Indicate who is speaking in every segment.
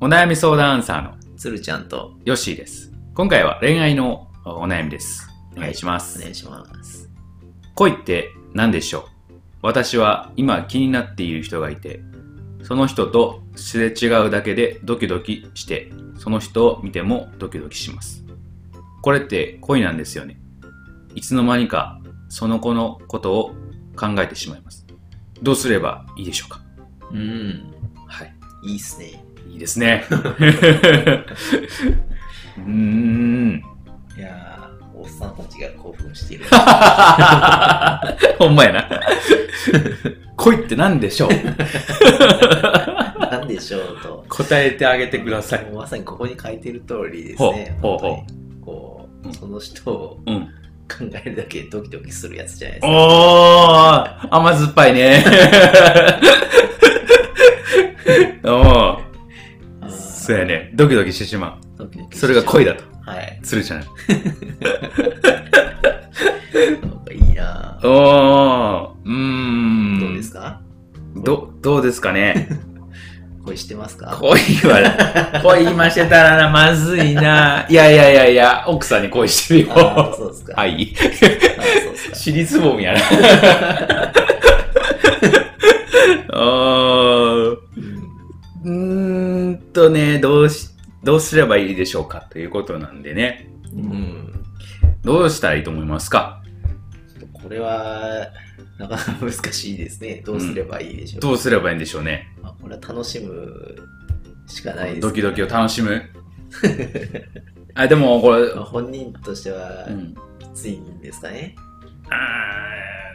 Speaker 1: お悩み相談アンサーの
Speaker 2: つるちゃんと
Speaker 1: ヨッシーです。今回は恋愛のお悩みです。お願いしま
Speaker 2: お
Speaker 1: す。
Speaker 2: 願いします。
Speaker 1: 恋って何でしょう私は今気になっている人がいて、その人とすれ違うだけでドキドキして、その人を見てもドキドキします。これって恋なんですよね。いつの間にかその子のことを考えてしまいます。どうすればいいでしょうか
Speaker 2: うん、
Speaker 1: はい。
Speaker 2: いいっすね。
Speaker 1: いいです ね。うーん。
Speaker 2: いやー、おっさんたちが興奮している。
Speaker 1: ほんまやな。恋って何でしょう
Speaker 2: なんでしょうと。
Speaker 1: 答えてあげてくださ
Speaker 2: も
Speaker 1: い。
Speaker 2: うまさにここに書いてる通りですね。
Speaker 1: ほうほう
Speaker 2: 本当にこ
Speaker 1: う
Speaker 2: うんその人を
Speaker 1: うん。
Speaker 2: 考えるだけでドキドキするやつじゃないで
Speaker 1: お
Speaker 2: す
Speaker 1: ー
Speaker 2: か。
Speaker 1: 甘酸っぱいね。 おー
Speaker 2: あー
Speaker 1: そうやね。ドキドキしてしまう。
Speaker 2: ドキドキしちゃ
Speaker 1: そうれが恋だと。
Speaker 2: はい。
Speaker 1: つるちゃん。
Speaker 2: なんかいいなぁ
Speaker 1: おー。うーん。
Speaker 2: どうですか
Speaker 1: ど、どうですかね。
Speaker 2: 恋してますか
Speaker 1: 恋は、 恋今してたらな、まずいな。いやいやいやいや、奥さんに恋してるよ。
Speaker 2: あーそうですか。。
Speaker 1: はいい。
Speaker 2: そうですか。
Speaker 1: 尻つぼみやな。 あー
Speaker 2: うん
Speaker 1: うーんとね、どうし、どうすればいいでしょうかということなんでね。
Speaker 2: うん。
Speaker 1: どうしたらいいと思いますか
Speaker 2: これは、なかなか難しいですね。どうすればいいでしょうか
Speaker 1: どうすればいいんでしょうね。
Speaker 2: まあ、これは楽しむしかないです、ね。
Speaker 1: ドキドキを楽しむ。 あ、でもこれ、
Speaker 2: まあ本人としては
Speaker 1: うん。
Speaker 2: きついんですかね。
Speaker 1: あ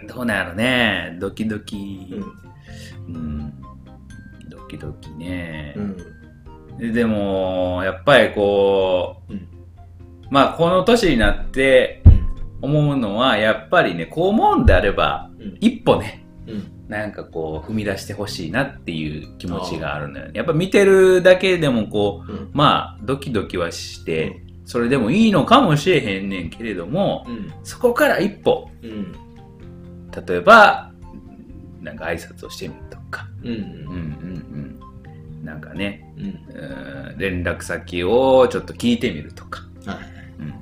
Speaker 1: ーどうなんやろね。ドキドキ。
Speaker 2: うん。
Speaker 1: うんドキドキね
Speaker 2: う、ん。
Speaker 1: ででもやっぱりこう、
Speaker 2: うん
Speaker 1: まあこの年になって
Speaker 2: うん。
Speaker 1: 思うのはやっぱりねこう思うんであれば
Speaker 2: うん。
Speaker 1: 一歩ね
Speaker 2: うん。
Speaker 1: なんかこう踏み出してほしいなっていう気持ちがあるのよねやっぱ見てるだけでもこ
Speaker 2: うん
Speaker 1: うまあドキドキはして、それでもいいのかもしれへんねんけれども
Speaker 2: うん。
Speaker 1: そこから一歩
Speaker 2: うん。
Speaker 1: 例えばなんか挨拶をしてみるとか
Speaker 2: うん。う
Speaker 1: うん
Speaker 2: ん。
Speaker 1: うんうんなんかね
Speaker 2: うん。
Speaker 1: うん連絡先をちょっと聞いてみるとか、
Speaker 2: はい。
Speaker 1: うん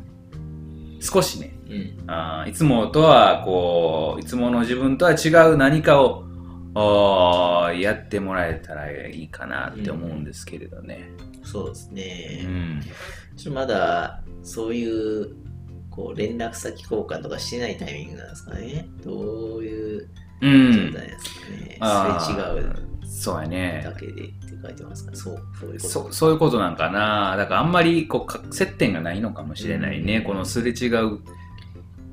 Speaker 1: 少しね
Speaker 2: うん。
Speaker 1: あーいつもとはこういつもの自分とは違う何かをあーやってもらえたらいいかなって思うんですけれどね。
Speaker 2: そうです
Speaker 1: う
Speaker 2: ね。
Speaker 1: ん、
Speaker 2: ちょっとまだ、そういう、こう、連絡先交換とかしてないタイミングなんですかね。どういう
Speaker 1: う
Speaker 2: 状
Speaker 1: ん、
Speaker 2: 態ですかね。
Speaker 1: あ
Speaker 2: すれ違う
Speaker 1: ーそうやね
Speaker 2: だけでって書いてますから、そう、そういうこと。
Speaker 1: そそういうことなんかなだからあんまりこうか接点がないのかもしれないね、
Speaker 2: うん
Speaker 1: このすれ違う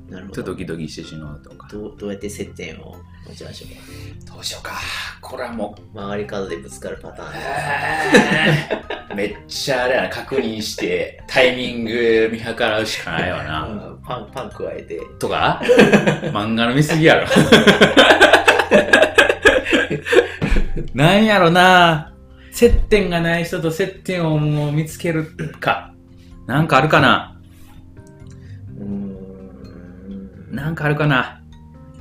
Speaker 2: なるほ
Speaker 1: と
Speaker 2: ど。
Speaker 1: ドキドキしてしまうとか
Speaker 2: どうどうやって接点を持ちましょうか
Speaker 1: どうしようかこれはもう
Speaker 2: 曲がり角でぶつかるパター ン
Speaker 1: めっちゃあれやな確認してタイミング見計らうしかないよな
Speaker 2: うんパンパン加えて
Speaker 1: と か漫画の見過ぎやろ なんやろな接点がない人と接点をもう見つけるかなんかあるかな
Speaker 2: うーん
Speaker 1: なんかあるかな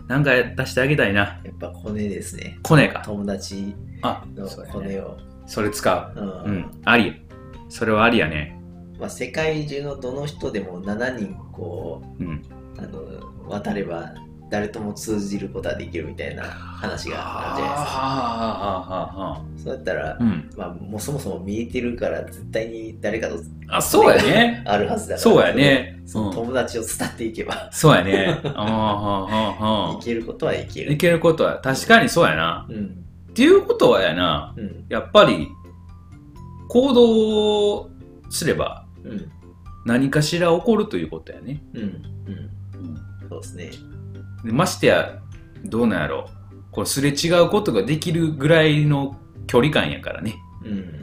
Speaker 1: なんか出してあげたいな
Speaker 2: やっぱコネですね
Speaker 1: コネか
Speaker 2: 友達
Speaker 1: あ
Speaker 2: の
Speaker 1: そうや
Speaker 2: コ
Speaker 1: ね
Speaker 2: ネを
Speaker 1: それ使
Speaker 2: う
Speaker 1: ううんんありそれはありやね
Speaker 2: まあ、世界中のどの人でも7人こ
Speaker 1: うん
Speaker 2: うあの渡れば誰とも通じることができるみたいな話があるじゃないですか
Speaker 1: ああ
Speaker 2: そうやったら、
Speaker 1: うん
Speaker 2: まあ、もうそもそも見えてるから絶対に誰かと
Speaker 1: あそうやね
Speaker 2: あるはずだから
Speaker 1: そうやね。
Speaker 2: その友達を伝っていけば、
Speaker 1: そうやね。あああああ
Speaker 2: いけることはいけ
Speaker 1: い
Speaker 2: る
Speaker 1: けることは、確かにそうやな。
Speaker 2: うん
Speaker 1: っていうことはやな、
Speaker 2: うん
Speaker 1: やっぱり、行動をすれば
Speaker 2: うん
Speaker 1: 何かしら起こるということやね。
Speaker 2: うんうんそうですね
Speaker 1: でましてや、どうなんやろう。こうすれ違うことができるぐらいの距離感やからね。
Speaker 2: う
Speaker 1: う
Speaker 2: ん
Speaker 1: ん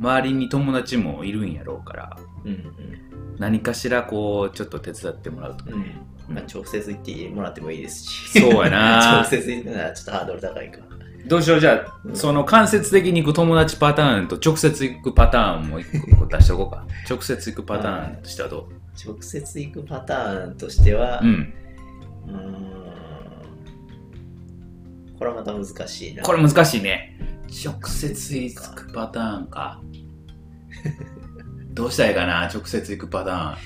Speaker 1: 周りに友達もいるんやろうから、
Speaker 2: うん
Speaker 1: 何かしらこう、ちょっと手伝ってもらうとか
Speaker 2: うん
Speaker 1: ね。
Speaker 2: まあ、直接言ってもらってもいいですし
Speaker 1: そうやな
Speaker 2: 直接言ってならちょっとハードル高いか
Speaker 1: どうしようじゃあ、その間接的に行く友達パターンと直接行くパターンも一個出しておこうか。直接行くパターンとしてはど
Speaker 2: 直接行くパターンとしては
Speaker 1: ううん。
Speaker 2: うーんこれはまた難しいな
Speaker 1: これ難しいね。直接行くパターンか。 どうしたらいいかな直接行くパターン。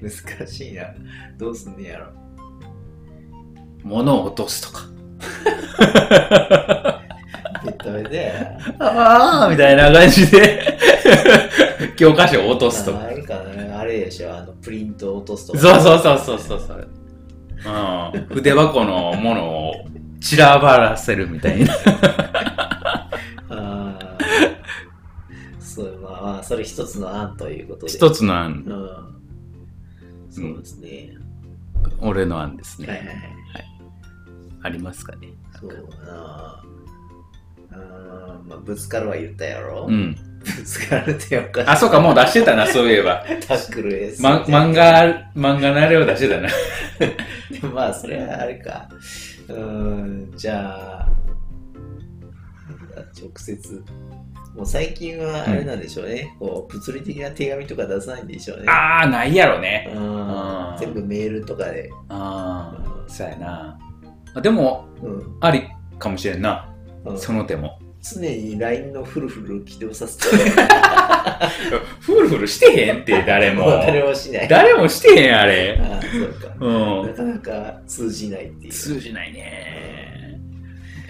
Speaker 2: 難しいな。どうすんねやろ。
Speaker 1: 物を落とすとか。
Speaker 2: ベタベタやな。
Speaker 1: ああみたいな感じで、教科書を落とすと
Speaker 2: あ
Speaker 1: か。
Speaker 2: あれかな。あれでしょ。あの、プリントを落とすと
Speaker 1: そ
Speaker 2: か。
Speaker 1: うそうそうそうそうそう。うん、筆箱のものを散らばらせるみたいな。
Speaker 2: ああ。 そう、まあまあ、それ一つの案ということ で。
Speaker 1: 一つの案、
Speaker 2: うん。そうですね。
Speaker 1: 俺の案ですね。
Speaker 2: はいはいはい。
Speaker 1: ありますかね。
Speaker 2: そうだな。あーまあ、ぶつかるは言ったやろ、
Speaker 1: うん。
Speaker 2: ぶつかるってよかった
Speaker 1: あ、そうか、もう出して たな、そういえば。
Speaker 2: タックルエース
Speaker 1: ま、漫画、漫画のあれを出してたな。
Speaker 2: まあそれはあれかうーんじゃあ直接もう最近はあれなんでしょうね、こう物理的な手紙とか出さないんでしょうね
Speaker 1: ああ、ないやろね。
Speaker 2: うん
Speaker 1: うん
Speaker 2: 全部メールとかで、
Speaker 1: ああ、そうやな。あでも、
Speaker 2: うん
Speaker 1: ありかもしれんな。
Speaker 2: うん
Speaker 1: その手も。
Speaker 2: 常に LINE のフルフル起動させ て
Speaker 1: フルフルしてへん って、誰も。
Speaker 2: 誰もしない
Speaker 1: 誰もしてへん、あれ。
Speaker 2: ああそうか
Speaker 1: う。
Speaker 2: なんかなか通じないっていう
Speaker 1: 通じないね。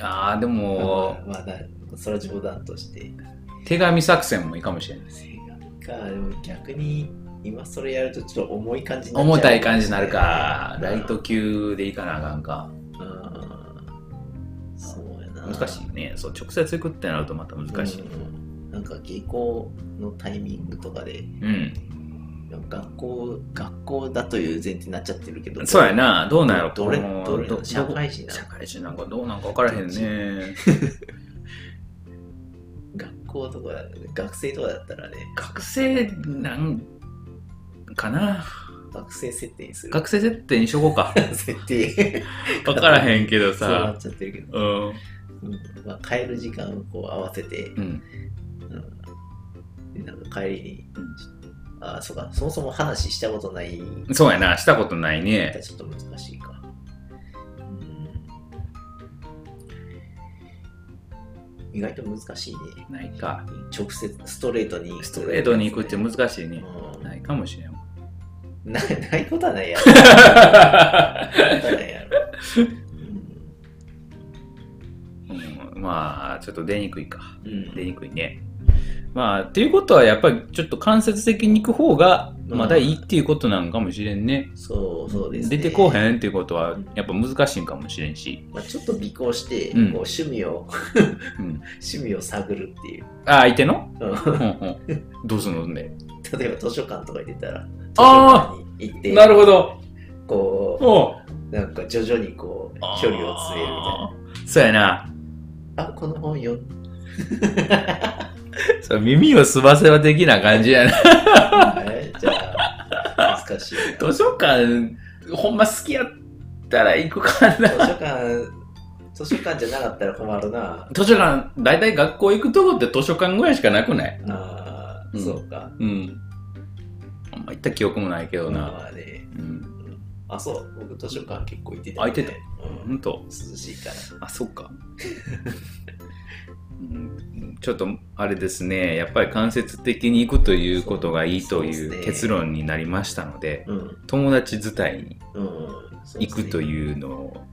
Speaker 1: ああ、で
Speaker 2: うん
Speaker 1: も、
Speaker 2: まあなそれは冗談として
Speaker 1: 手紙作戦もいいかもしれない。
Speaker 2: 性格かでも逆に今それやるとちょっと重い感じになっちゃう
Speaker 1: 重たい感じになるか、
Speaker 2: うん
Speaker 1: ライト級でいかなあかんか。
Speaker 2: うんそうやな
Speaker 1: 難しいね。そう、直接行くってなるとまた難しい。
Speaker 2: うんなんか下校のタイミングとかで
Speaker 1: うん。
Speaker 2: 学校学校だという前提になっちゃってるけど
Speaker 1: そうやな、どうなんやろ。
Speaker 2: どれ
Speaker 1: この
Speaker 2: どれ
Speaker 1: ど
Speaker 2: 社会人なの
Speaker 1: 社会人なんかどうなんか分からへんね。
Speaker 2: 学校とか学生とかだったらね
Speaker 1: 学生なんかな。
Speaker 2: 学生設定にする
Speaker 1: 学生設定にしとこう か。
Speaker 2: 設定
Speaker 1: 分からへんけど
Speaker 2: そうなっ
Speaker 1: さ。
Speaker 2: ちゃってるけど、
Speaker 1: うん。
Speaker 2: うんまあ、帰る時間をこう合わせて、
Speaker 1: うん。
Speaker 2: うんでなんか帰りに、
Speaker 1: うん
Speaker 2: あそうかそもそも話したことない
Speaker 1: そうやな、したことない
Speaker 2: また
Speaker 1: ね。
Speaker 2: ちょっと難しいか、うん、意外と難しいね
Speaker 1: ないか。
Speaker 2: 直接ストレートに行く
Speaker 1: ストレートに行くって難しいね。
Speaker 2: うん
Speaker 1: ないかもしれ ん。
Speaker 2: なないこと はないやろないことはないやろ、
Speaker 1: うん、まあ、ちょっと出にくいか。
Speaker 2: うんうん
Speaker 1: 出にくいね。まあ、っていうことはやっぱりちょっと間接的に行く方がまだいいっていうことなんかもしれんね。
Speaker 2: そうそうです、ね、
Speaker 1: 出てこう
Speaker 2: ん、
Speaker 1: へんっていうことはやっぱ難しいんかもしれんし、
Speaker 2: まあ、ちょっと尾行して、
Speaker 1: うん
Speaker 2: こう趣味を
Speaker 1: うん、
Speaker 2: 趣味を探るっていう、
Speaker 1: あ相手 の、
Speaker 2: うん
Speaker 1: うんうん、どうするのね
Speaker 2: 例えば図書館とか入れたら図書
Speaker 1: あ
Speaker 2: 館に行って
Speaker 1: ほど
Speaker 2: こ
Speaker 1: お
Speaker 2: うなんか徐々にこう距離を詰めるみたい
Speaker 1: た
Speaker 2: な
Speaker 1: いなそうやな
Speaker 2: あこの本読ん で
Speaker 1: そう耳をすばせば的な感じや な
Speaker 2: ないじゃあ難しいな図
Speaker 1: 図書館ほんま好きやったら行くか
Speaker 2: 書
Speaker 1: な
Speaker 2: 館図書館じゃなかったら困るな
Speaker 1: 図書館大体学校行くとこって図書館ぐらいしかなくない
Speaker 2: あー、
Speaker 1: うん
Speaker 2: そうか
Speaker 1: うんあんま行った記憶もないけどな
Speaker 2: まあね
Speaker 1: うん
Speaker 2: あそう僕図書館結構行ってた、
Speaker 1: あ行ってた
Speaker 2: う
Speaker 1: ほ
Speaker 2: ん、
Speaker 1: んと
Speaker 2: 涼しいから
Speaker 1: あそっ か、うん、ちょっとあれですねやっぱり間接的に行くということがいいと
Speaker 2: そうそうで
Speaker 1: い
Speaker 2: す
Speaker 1: う
Speaker 2: ね
Speaker 1: 結論になりましたので
Speaker 2: うん
Speaker 1: 友達伝いに
Speaker 2: うんそうで
Speaker 1: 行
Speaker 2: すね
Speaker 1: くというの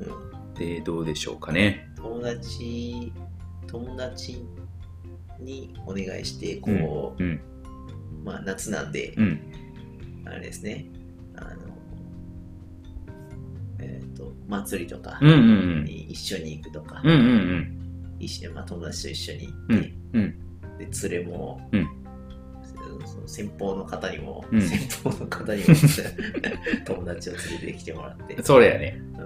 Speaker 2: う
Speaker 1: でどうでしょうかね
Speaker 2: ん友達友達にお願いしてこう、
Speaker 1: うん
Speaker 2: まあ夏なんで、
Speaker 1: うん
Speaker 2: あれですね、あの、えっ、と、祭りとか
Speaker 1: うんうん
Speaker 2: に一緒に行くとか、
Speaker 1: うんうんうん
Speaker 2: 一緒にまあ、友達と一緒に
Speaker 1: う
Speaker 2: 行
Speaker 1: ん
Speaker 2: って、
Speaker 1: うん
Speaker 2: で、連れも、
Speaker 1: うん
Speaker 2: その先方の方にも、
Speaker 1: うん
Speaker 2: 先方の方にも 友達を連れてきてもらって、
Speaker 1: それやね、
Speaker 2: う、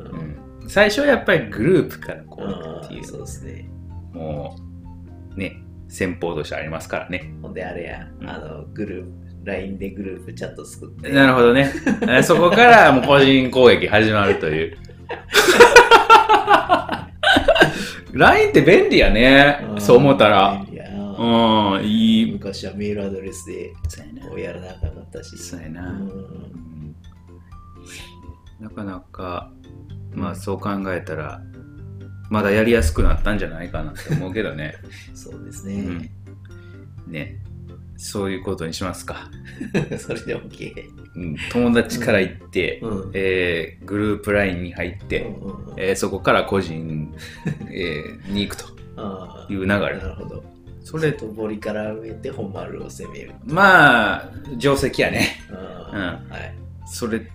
Speaker 1: うんん、最初はやっぱりグループからこう行く
Speaker 2: あ
Speaker 1: ってい
Speaker 2: ー
Speaker 1: う
Speaker 2: そうですね。
Speaker 1: もうね戦法としてありますからね
Speaker 2: ほんで、あれや、
Speaker 1: うん
Speaker 2: あの、グループ、LINE でグループチャット作って、
Speaker 1: なるほどねあそこからもう個人攻撃始まるという LINE って便利やね
Speaker 2: ん
Speaker 1: そう思ったら。
Speaker 2: いやー
Speaker 1: うんいい
Speaker 2: 昔はメールアドレスで
Speaker 1: そうや
Speaker 2: こうやらなあかんかったし、
Speaker 1: そうや
Speaker 2: う
Speaker 1: な、
Speaker 2: ん
Speaker 1: うんなかなかまあそう考えたらまだやりや すくなったんじゃないかなって思うけどね
Speaker 2: そうです
Speaker 1: う
Speaker 2: ね。
Speaker 1: んねそういうことにしますか。
Speaker 2: それで OK。
Speaker 1: うん友達から行って、
Speaker 2: うん。
Speaker 1: えーグループ LINE に入って、
Speaker 2: うんうんうん、
Speaker 1: えーそこから個人、 えーに行くと
Speaker 2: ああ
Speaker 1: いう流
Speaker 2: な
Speaker 1: れ。
Speaker 2: るほど。
Speaker 1: そ
Speaker 2: それ
Speaker 1: れ、
Speaker 2: と堀から埋めて本丸を攻める。
Speaker 1: まあ、定石やね。
Speaker 2: うん。はい。
Speaker 1: それ、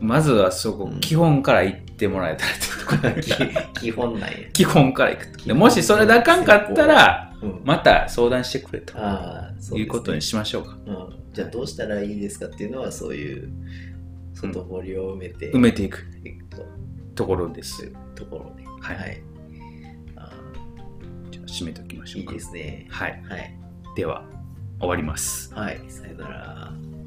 Speaker 1: まずはそこ、
Speaker 2: うん
Speaker 1: 基本から行ってもらえたらってとこだけ
Speaker 2: き基本なんや。
Speaker 1: 基本から行くと
Speaker 2: 基
Speaker 1: で。
Speaker 2: 本
Speaker 1: もしそれであかんかったら、
Speaker 2: うん。
Speaker 1: また相談してくれと
Speaker 2: ああ、そうですね
Speaker 1: いうことにしましょうか。
Speaker 2: うん。じゃあどうしたらいいですかっていうのはそういう外堀を埋めて、
Speaker 1: 埋めていく
Speaker 2: ていくと
Speaker 1: ところで
Speaker 2: とい
Speaker 1: す。
Speaker 2: うところで。
Speaker 1: はい
Speaker 2: あ
Speaker 1: じゃあ締めておきま
Speaker 2: ー
Speaker 1: しょ
Speaker 2: いうい
Speaker 1: か。
Speaker 2: ですね。
Speaker 1: はい。
Speaker 2: はい。
Speaker 1: では、終わります。
Speaker 2: はい。さよなら。